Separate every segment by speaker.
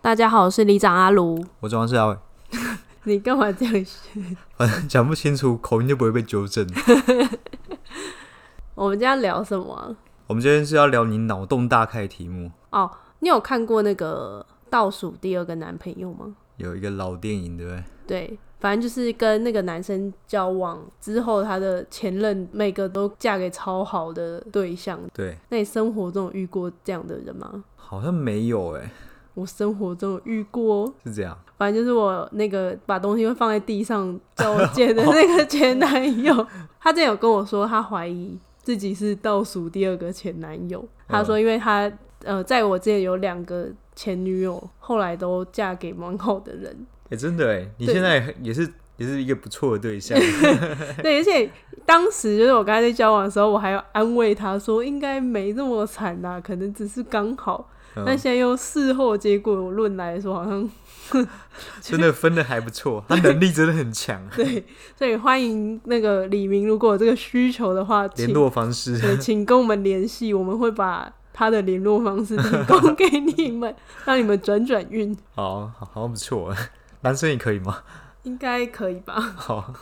Speaker 1: 大家好，我是里长阿卢。
Speaker 2: 我装是阿伟，
Speaker 1: 你干嘛这样学？
Speaker 2: 反正 讲不清楚，口音就不会被纠 正。
Speaker 1: 我们今天要聊什么啊、
Speaker 2: 我们今天是要聊你脑洞大开的题目，
Speaker 1: 哦，你有看过那个倒数第二个男朋友吗？
Speaker 2: 有一个老电影，对不对？
Speaker 1: 对，反正就是跟那个男生交往之后，他的前任每个都嫁给超好的对象。
Speaker 2: 对，
Speaker 1: 那你生活中有遇过这样的人吗？
Speaker 2: 好像没有哎、
Speaker 1: 我生活中有遇过哦，
Speaker 2: 是这样。
Speaker 1: 反正就是我那个把东西会放在地上叫我捡的那个前男友，他之前有跟我说，他怀疑自己是倒数第二个前男友。他说，因为他呃，在我之前有两个前女友，后来都嫁给蛮好的人，
Speaker 2: 哎、真的哎、你
Speaker 1: 对
Speaker 2: 现在也是也是一个不错的对 象，
Speaker 1: 对，而且当时就是我跟他在交往的时候，我还要安慰他说，应该没那么惨呐、可能只是刚好。
Speaker 2: 嗯
Speaker 1: 但现在用事后结果论来说，好像
Speaker 2: 真的分的还不 错，他能力真的很 强。
Speaker 1: 对，所以欢迎那个李明，如果有这个需求的话，
Speaker 2: 联
Speaker 1: 请
Speaker 2: 络方式，
Speaker 1: 对，请跟我们联系，我们会把他的联络方式提 供给你们，让你们转转运，
Speaker 2: 好好好像不错。男生也可以吗？
Speaker 1: 应该可以吧？
Speaker 2: 好，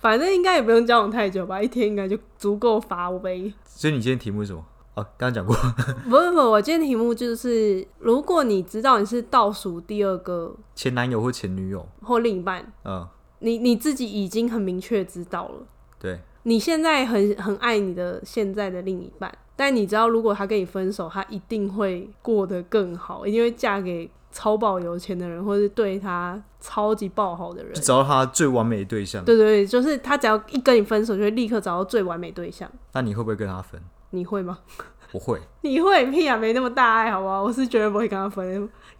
Speaker 1: 反正应该也不用交往太久吧，一天应该就足够乏味。
Speaker 2: 所以你今天题目是什么？哦，刚刚讲过，
Speaker 1: 不不不，我今天题目就是，如果你知道你是倒数第二个
Speaker 2: 前男友或前女友，
Speaker 1: 或另一半，
Speaker 2: 嗯，
Speaker 1: 你你自己已经很明确知道了。
Speaker 2: 对，
Speaker 1: 你现在很很爱你的现在的另一半，但你知道，如果他跟你分手，他一定会过得更好，一定会嫁给超爆有钱的人，或是对他超级爆好的人
Speaker 2: 就。找到他最完美的对象。
Speaker 1: 对对对，就是他只要一跟你分手，就会立刻找到最完美对象。
Speaker 2: 那你会不会跟他分？
Speaker 1: 你会吗？
Speaker 2: 我会，
Speaker 1: 你会屁啊，没那么大爱，好不好？我是绝对不会跟他分，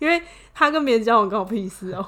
Speaker 1: 因为他跟别人交往关我屁事哦、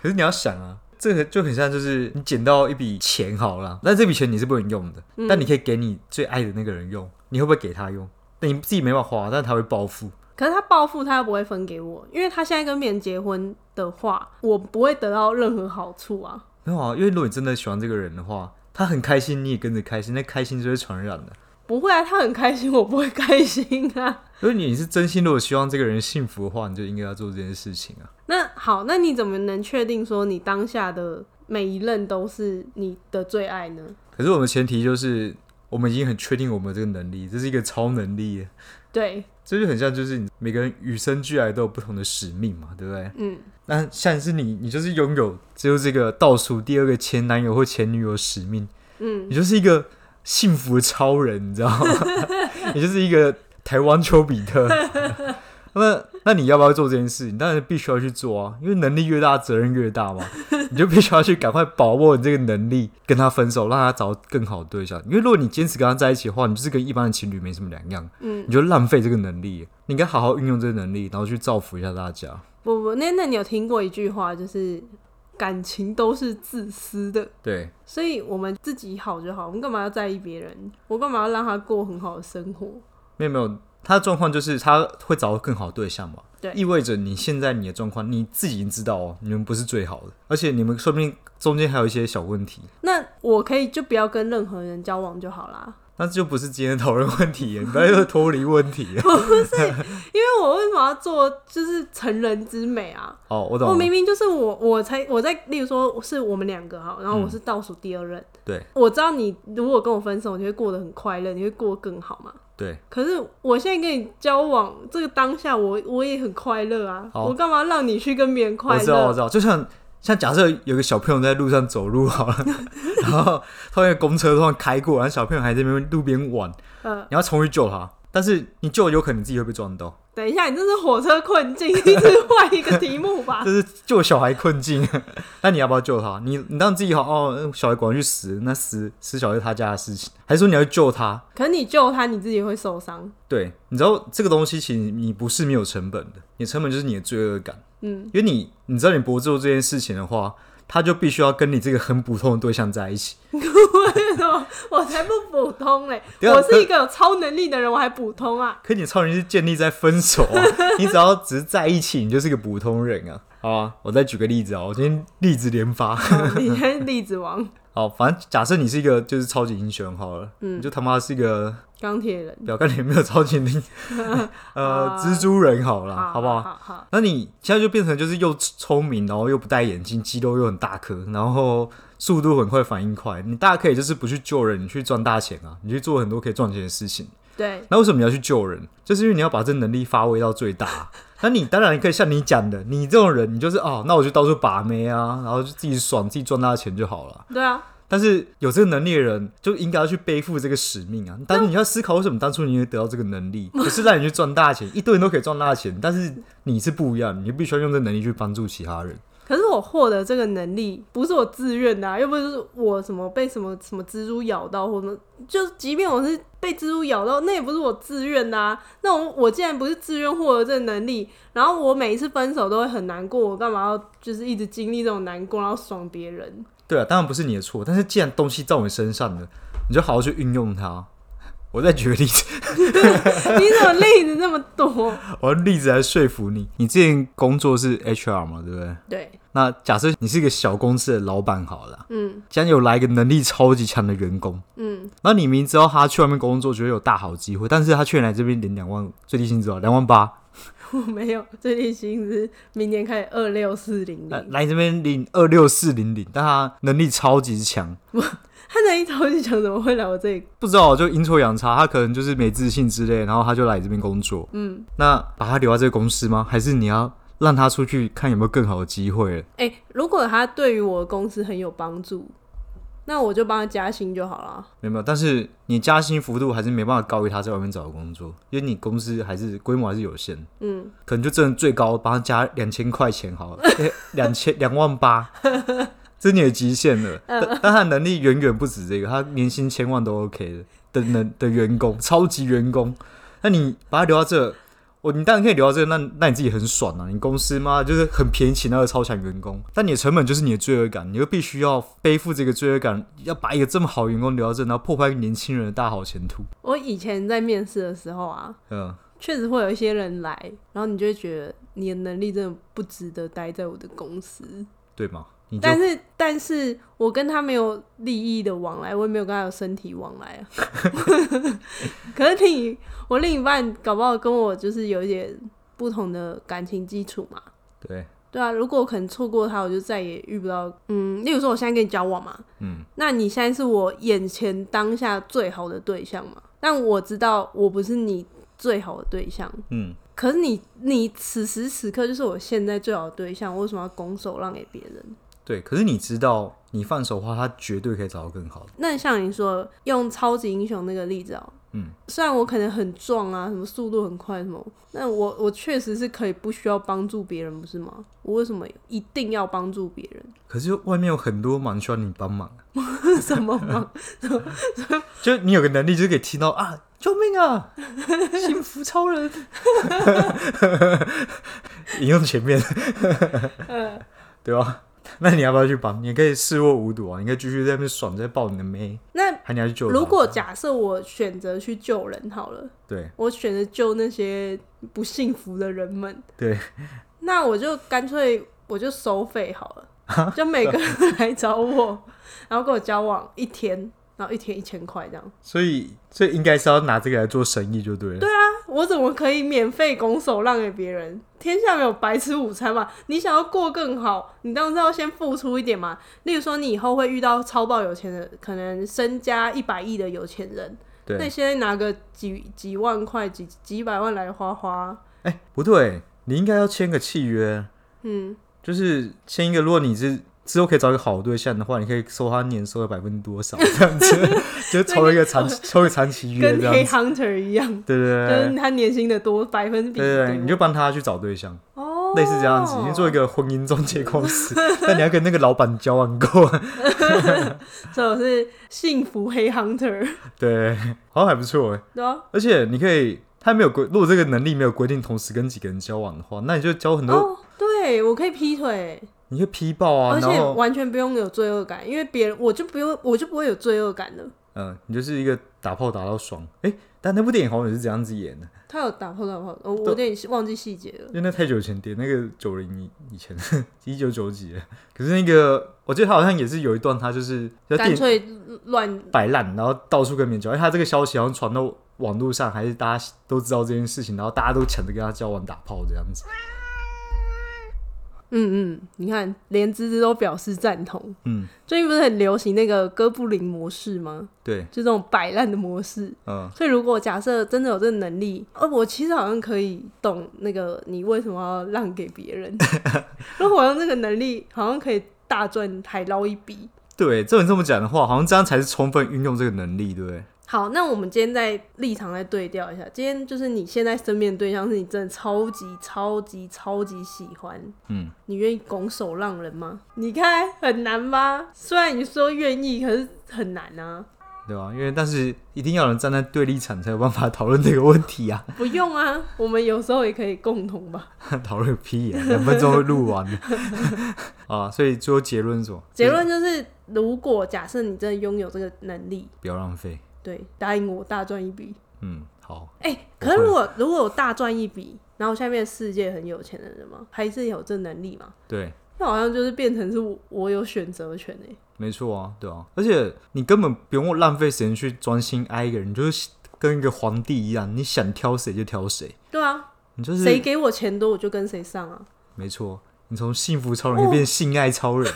Speaker 2: 可是你要想啊，这个就很像就是你捡到一笔钱好了，那这笔钱你是不能用的，但你可以给你最爱的那个人用，你会不会给他用？那你自己没办法花，但他会报复。
Speaker 1: 可是他报复，他又不会分给我，因为他现在跟别人结婚的话，我不会得到任何好处啊。
Speaker 2: 没有啊，因为如果你真的喜欢这个人的话，他很开心，你也跟着开心，那开心就会传染的。
Speaker 1: 不会啊，他很开心，我不会开心啊。
Speaker 2: 如果你是真心，如果希望这个人幸福的话，你就应该要做这件事情啊。
Speaker 1: 那好，那你怎么能确定说你当下的每一任都是你的最爱呢？
Speaker 2: 可是我们前提就是，我们已经很确定我们有这个能力，这是一个超能力，
Speaker 1: 对，
Speaker 2: 这就很像就是你每个人与生俱来都有不同的使命嘛，对不对？
Speaker 1: 嗯，
Speaker 2: 那像是你，你就是拥有只有这个倒数第二个前男友或前女友的使命，
Speaker 1: 嗯，
Speaker 2: 你就是一个幸福的超人，你知道 吗？你就是一个台湾丘比特。 那那你要不要做这件事？你当然必须要去做啊，因为能力越大，责任越 大嘛。你就必须要去赶快把握你这个能力，跟他分手，让他找到更好的对象。因为如果你坚持跟他在一起的话，你就是跟一般的情侣没什么两样，
Speaker 1: 嗯，
Speaker 2: 你就浪费这个能力。你应该好好运用这个能力，然后去造福一下大家。
Speaker 1: 不不，那那你有听过一句话，就是感情都是自私的，
Speaker 2: 对，
Speaker 1: 所以我们自己好就好，我们干嘛要在意别人？我干嘛要让他过很好的生活？
Speaker 2: 没有没有，他的状况就是他会找到更好的对象嘛。
Speaker 1: 对
Speaker 2: 意味着你现在你的状况你自己已经知道哦，你们不是最好的，而且你们说不定中间还有一些小问题，
Speaker 1: 那我可以就不要跟任何人交往就好啦。
Speaker 2: 那这就不是今天的讨论问题耶，你不要又脱离问题 了。
Speaker 1: 因为我为什么要做就是成人之美啊？
Speaker 2: 哦，我
Speaker 1: 我
Speaker 2: 懂
Speaker 1: 明
Speaker 2: 了，
Speaker 1: 明就是我，我才我在，例如说是我们两个哈，然后我是倒数第二任，
Speaker 2: 对
Speaker 1: 我知道你如果跟我分手，你会过得很快乐，你会过得更好嘛。
Speaker 2: 对，
Speaker 1: 可是我现在跟你交往这个当下我，我也很快乐啊，
Speaker 2: 好
Speaker 1: 我干嘛让你去跟别人
Speaker 2: 我
Speaker 1: 快
Speaker 2: 知道我
Speaker 1: 乐？
Speaker 2: 知道，就像像假设有个小朋友在路上走路 好了，然后突然有公车突然开过，然后小朋友还在那边路边玩，
Speaker 1: 呃，
Speaker 2: 你要冲去救他，但是你就有可能自己会被撞到，
Speaker 1: 等一下，你这是火车困境， 一直换一个题目吧
Speaker 2: 这。是救小孩困境。 那你要不要救他？你你让自己好哦，小孩管去死，那死死小孩是他家的事情，还是说你要去救他？
Speaker 1: 可是你救他，你自己会受伤。
Speaker 2: 对，你知道这个东西其实你不是没有成本的，你的成本就是你的罪恶感。
Speaker 1: 嗯，
Speaker 2: 因为你你知道你不做这件事情的话，他就必须要跟你这个很普通的对象在一起。
Speaker 1: 为什么 我才不普通嘞？
Speaker 2: 对啊
Speaker 1: 我是一个有超能力的人，我还普通啊？
Speaker 2: 可你的超人是建立在分手啊， 你只要只是在一起，你就是个普通人啊。好啊，我再举个例子啊，我今天例子连发。
Speaker 1: 哦 你是栗子王、
Speaker 2: 好，反正假设你是一个就是超级英雄好了，你就他妈是一个
Speaker 1: 钢铁人，
Speaker 2: 表干里没有超级 力，呃，蜘蛛人好了，好不好？
Speaker 1: 好好，
Speaker 2: 那你现在就变成就是又聪明，然后又不戴眼镜，肌肉又很大颗，然后速度很快，反应快。你大可以就是不去救人，你去赚大钱啊，你去做很多可以赚钱的事情。
Speaker 1: 对，
Speaker 2: 那为什么你要去救人？就是因为你要把这能力发挥到最大。啊那你当然可以像你讲的，你这种人，你就是哦，那我就到处把妹啊，然后就自己爽，自己赚大钱就好了。
Speaker 1: 对啊，
Speaker 2: 但是有这个能力的人，就应该要去背负这个使命啊！当你要思考为什么当初你会得到这个能力，不是让你去赚大钱，一堆人都可以赚大钱，但是你是不一样，你必须要用这能力去帮助其他人。
Speaker 1: 可是我获得这个能力不是我自愿的、啊，又不是我什么被什么什么蜘蛛咬到，或者就是即便我是被蜘蛛咬到，那也不是我自愿的、啊。那我我既然不是自愿获得这个能力，然后我每一次分手都会很难过，我干嘛要就是一直经历这种难过，然后爽别人？
Speaker 2: 对啊，当然不是你的错，但是既然东西在我们身上了，你就好好去运用它。我再举个例子，
Speaker 1: 你怎么例子那么多？
Speaker 2: 我用例子来说服你。你之前工作是 HR 嘛，对不对？
Speaker 1: 对，
Speaker 2: 那假设你是一个小公司的老板好了，
Speaker 1: 嗯
Speaker 2: 既然有来一个能力超级强的员工，
Speaker 1: 嗯，
Speaker 2: 那你明知道他去外面工作觉得有大好机会，但是他却来这边领两万最低薪资哦，两万八，
Speaker 1: 我没有，最低薪资明年开始二六四零
Speaker 2: 来
Speaker 1: 零，
Speaker 2: 来这边领二六四零零，但他能力超级强，
Speaker 1: 他那一头就想怎么会来我这里？
Speaker 2: 不知道就阴错阳差，他可能就是没自信之类，然后他就来这边工作。
Speaker 1: 嗯，
Speaker 2: 那把他留在这个公司吗？还是你要让他出去看有没有更好的机会？
Speaker 1: 哎、如果他对于我的公司很有帮助，那我就帮他加薪就好了。啊
Speaker 2: 没有没有，但是你加薪幅度还是没办法高于他在外面找的工作，因为你公司还是规模还是有限，
Speaker 1: 嗯，
Speaker 2: 可能就真的最高帮他加两千块钱好了，两千两万八，这是你的极限了。但但他的能力远远不止这个，他年薪千万都 OK 的的能的员工，超级员工。那你把他留到这，我哦你当然可以留到这，那那你自己很爽啊！你公司嘛就是很便宜请到的超强员工，但你的成本就是你的罪恶感，你就必须要背负这个罪恶感，要把一个这么好的员工留到这，然后破坏年轻人的大好前途。
Speaker 1: 我以前在面试的时候啊，
Speaker 2: 嗯，
Speaker 1: 确实会有一些人来，然后你就会觉得你的能力真的不值得待在我的公司。
Speaker 2: 对吗？你就
Speaker 1: 但是，但是我跟他没有利益的往来，我也没有跟他有身体往来啊。 可是你，我另一半搞不好跟我就是有一点不同的感情基础嘛。
Speaker 2: 对，
Speaker 1: 对啊，如果我可能错过他，我就再也遇不到。嗯，例如说我现在跟你交往嘛，
Speaker 2: 嗯，
Speaker 1: 那你现在是我眼前当下最好的对象嘛？但我知道我不是你最好的对象，
Speaker 2: 嗯，
Speaker 1: 可是你你此时此刻就是我现在最好的对象，我为什么要拱手让给别人？
Speaker 2: 对。可是你知道，你放手的话，他绝对可以找到更好的。
Speaker 1: 那像你说用超级英雄那个例子哦、
Speaker 2: 嗯，
Speaker 1: 虽然我可能很壮啊，什么速度很快什么，那我我确实是可以不需要帮助别人，不是吗？我为什么一定要帮助别人？
Speaker 2: 可是外面有很多忙需要你帮忙，
Speaker 1: 什么吗？
Speaker 2: 就你有个能力，就可以听到啊，救命啊，幸福超人。 引用前面，对吧？那你要不要去帮？你可以视若无睹啊，你可以继续在那边爽，在抱你的妹，
Speaker 1: 那
Speaker 2: 还你要去救他。
Speaker 1: 如果假设我选择去救人好了，
Speaker 2: 对
Speaker 1: 我选择救那些不幸福的人们，
Speaker 2: 对，
Speaker 1: 那我就干脆我就收费好 了，就每个人来找我，然后跟我交往一天，然后一天一千块这样，
Speaker 2: 所以所以应该是要拿这个来做生意就对了。对啊，
Speaker 1: 我怎么可以免费拱手让给别人？天下没有白吃午餐嘛！你想要过更好，你当然是要先付出一点嘛。例如说，你以后会遇到超爆有钱人，可能身家一百亿的有钱人，那
Speaker 2: 对
Speaker 1: 你，现在拿个几几万块、几几百万来花花，
Speaker 2: 哎、不对，你应该要签个契约，
Speaker 1: 嗯，
Speaker 2: 就是签一个，如果你是之后可以找一个好对象的话，你可以收他年收的百分之多少这样子，就抽一个长抽一个长期约
Speaker 1: 跟
Speaker 2: 这
Speaker 1: 黑
Speaker 2: 样子，
Speaker 1: hunter 一样，
Speaker 2: 对对对
Speaker 1: 就是
Speaker 2: 对
Speaker 1: 他年薪的多百分比
Speaker 2: 对对，
Speaker 1: 多
Speaker 2: 你就帮他去找对象，
Speaker 1: 哦，
Speaker 2: 类似这样子，你做一个婚姻中介公司，但你要跟那个老板交往过，
Speaker 1: 所以我是幸福黑 hunter，
Speaker 2: 对，好像还不错哎，
Speaker 1: 对啊，
Speaker 2: 而且你可以。他没有规，如果这个能力没有规定，同时跟几个人交往的话，那你就交很多，
Speaker 1: 哦，对我可以劈腿，
Speaker 2: 你会批爆啊，
Speaker 1: 而
Speaker 2: 然
Speaker 1: 且
Speaker 2: 后
Speaker 1: 完全不用有罪恶感，因为别人我就不用，我就不会有罪恶感了。
Speaker 2: 嗯，你就是一个打炮打到爽。诶，但那部电影好像也是这样子演的，
Speaker 1: 他有打破打破，哦、我有点忘记细节了
Speaker 2: 因。为那太久以前点，那个九零以以前， 一九九几了。可是那个，我记得他好像也是有一段，他就是在电
Speaker 1: 干
Speaker 2: 影
Speaker 1: 脆乱
Speaker 2: 摆烂，然后到处跟别人交往。因为哎他这个消息好像传到网络上，还是大家都知道这件事情，然后大家都抢着跟他交往打炮这样子。
Speaker 1: 嗯嗯，你看，连芝芝都表示赞同。
Speaker 2: 嗯，
Speaker 1: 最近不是很流行那个哥布林模式吗？
Speaker 2: 对，
Speaker 1: 就这种摆烂的模式。
Speaker 2: 嗯，
Speaker 1: 所以，如果假设真的有这个能力，呃，我其实好像可以懂那个你为什么要让给别人。如果我用这个能力，好像可以大赚海捞一笔。
Speaker 2: 对，这你这么讲的话，好像这样才是充分运用这个能力，对不对？
Speaker 1: 好，那我们今天在立场再对调一下。今天就是你现在身边的对象是你真的超级超级超级喜欢，
Speaker 2: 嗯，
Speaker 1: 你愿意拱手让人吗？你看很难吧？虽然你说愿意，可是很难啊。
Speaker 2: 对吧？因为但是一定要有人站在对立场才有办法讨论这个问题啊。
Speaker 1: 不用啊，我们有时候也可以共同吧。
Speaker 2: 讨论个屁啊！两分钟就录完了 啊！所以最后结论是什么？
Speaker 1: 结论就是，如果假设你真的拥有这个能力，
Speaker 2: 不要浪费。
Speaker 1: 对，答应我大赚一笔。
Speaker 2: 嗯，好，
Speaker 1: 哎、可是如果如果我大赚一笔，然后下面世界很有钱的人嘛，还是有这能力嘛？
Speaker 2: 对，
Speaker 1: 那好像就是变成是我我有选择权哎、
Speaker 2: 没错啊，对啊。而且你根本不用浪费时间去专心爱一个人，你就是跟一个皇帝一样，你想挑谁就挑谁，
Speaker 1: 对啊，
Speaker 2: 你就
Speaker 1: 谁
Speaker 2: 是
Speaker 1: 给我钱多我就跟谁上啊。
Speaker 2: 没错。你从幸福超人 变性爱超人，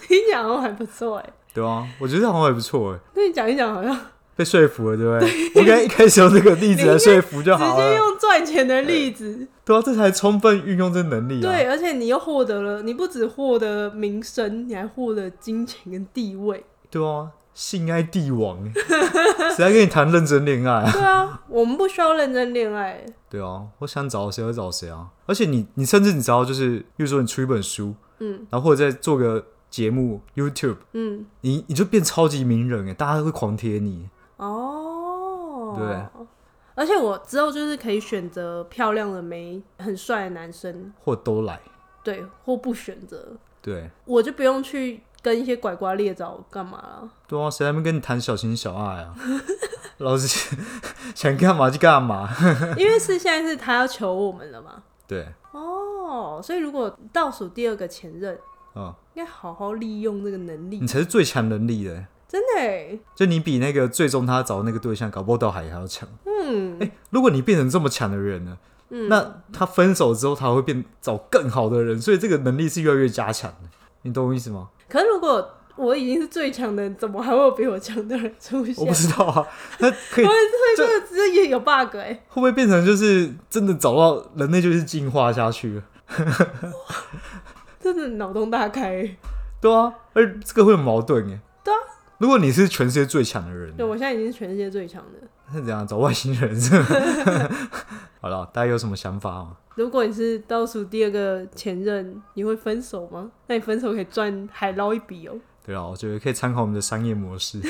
Speaker 1: 听讲好像还不错哎、
Speaker 2: 对啊，我觉得好像还不错哎，
Speaker 1: 那你讲一讲好像
Speaker 2: 被说服了，对不 对？我刚才一开始用这个例子来说服就
Speaker 1: 直
Speaker 2: 好
Speaker 1: 接
Speaker 2: 了，
Speaker 1: 用赚钱的例子，
Speaker 2: 对啊，这才充分运用这能力啊。
Speaker 1: 对，而且你又获得了，你不只获得名声，你还获得金钱跟地位。
Speaker 2: 对啊，性爱帝王，谁在跟你谈认真恋爱啊？
Speaker 1: 对啊，我们不需要认真恋爱，
Speaker 2: 对啊，我想找谁就找谁啊。而且你，你甚至你知道，就是，比如说你出一本书，
Speaker 1: 嗯，
Speaker 2: 然后或者再做个节目 YouTube，
Speaker 1: 嗯，
Speaker 2: 你你就变超级名人哎，大家都会狂贴你。
Speaker 1: 哦，
Speaker 2: 对。
Speaker 1: 而且我之后就是可以选择漂亮的美、很帅的男生，
Speaker 2: 或都来，
Speaker 1: 对，或不选择，
Speaker 2: 对
Speaker 1: 我就不用去跟一些拐瓜裂枣干嘛了。
Speaker 2: 对啊，谁还没跟你谈小情小爱啊？ 老子 想干嘛就干嘛。
Speaker 1: 因为是现在是他要求我们 了嘛。
Speaker 2: 对，
Speaker 1: 哦，所以如果倒数第二个前任，
Speaker 2: 嗯，
Speaker 1: 应该好好利用这个能力
Speaker 2: 你，才是最强能力的欸，
Speaker 1: 真的欸。
Speaker 2: 就你比那个最终他找那个对象搞不到还还要强。
Speaker 1: 嗯，
Speaker 2: 哎、如果你变成这么强的人呢？那他分手之后，他会变找更好的人，所以这个能力是越来越加强的。你懂我意思吗？
Speaker 1: 可是如果我已经是最强的人，怎么还会有比我强的人出现？
Speaker 2: 我不知道 啊，那可以会
Speaker 1: 这个这也有 bug 哎、
Speaker 2: 不会变成就是真的找到人类就是进化下去了？
Speaker 1: 真的脑洞大开欸、
Speaker 2: 对啊，而这个会有矛盾耶。
Speaker 1: 对啊，
Speaker 2: 如果你是全世界最强的人，
Speaker 1: 对，我现在已经是全世界最强的。
Speaker 2: 那怎样找外星人 是吗？好了，大家有什么想法吗？
Speaker 1: 如果你是倒数第二个前任，你会分手吗？那你分手可以赚海捞一笔哦、
Speaker 2: 对啊，我觉得可以参考我们的商业模式。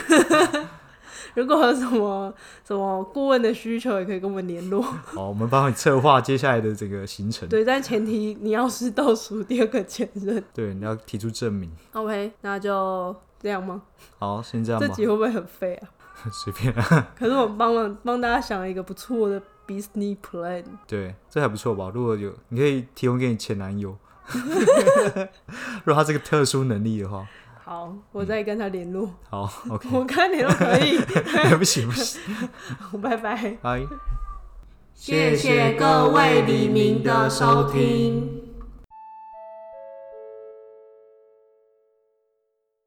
Speaker 1: 如果有什么什么顾问的需求，也可以跟我们联 络。
Speaker 2: 好，我们帮你策划接下来的这个行程。
Speaker 1: 对，但前提你要是倒数第二个前任。
Speaker 2: 对，你要提出证明。
Speaker 1: OK，那就这样吗？
Speaker 2: 好，先这样
Speaker 1: 这
Speaker 2: 吧，
Speaker 1: 集会不会很废啊？
Speaker 2: 随便啊。
Speaker 1: 可是我们帮忙帮大家想了一个不错的 business plan。
Speaker 2: 对，这还不错吧？如果有，你可以提供给你前男友， 如果他这个特殊能力的话，
Speaker 1: 好，我再跟他 联络。
Speaker 2: 好，OK，
Speaker 1: 我跟他联络可 以。
Speaker 2: 不行不行，
Speaker 1: 好拜拜。
Speaker 2: 嗨。
Speaker 3: 谢谢各位黎明的收听。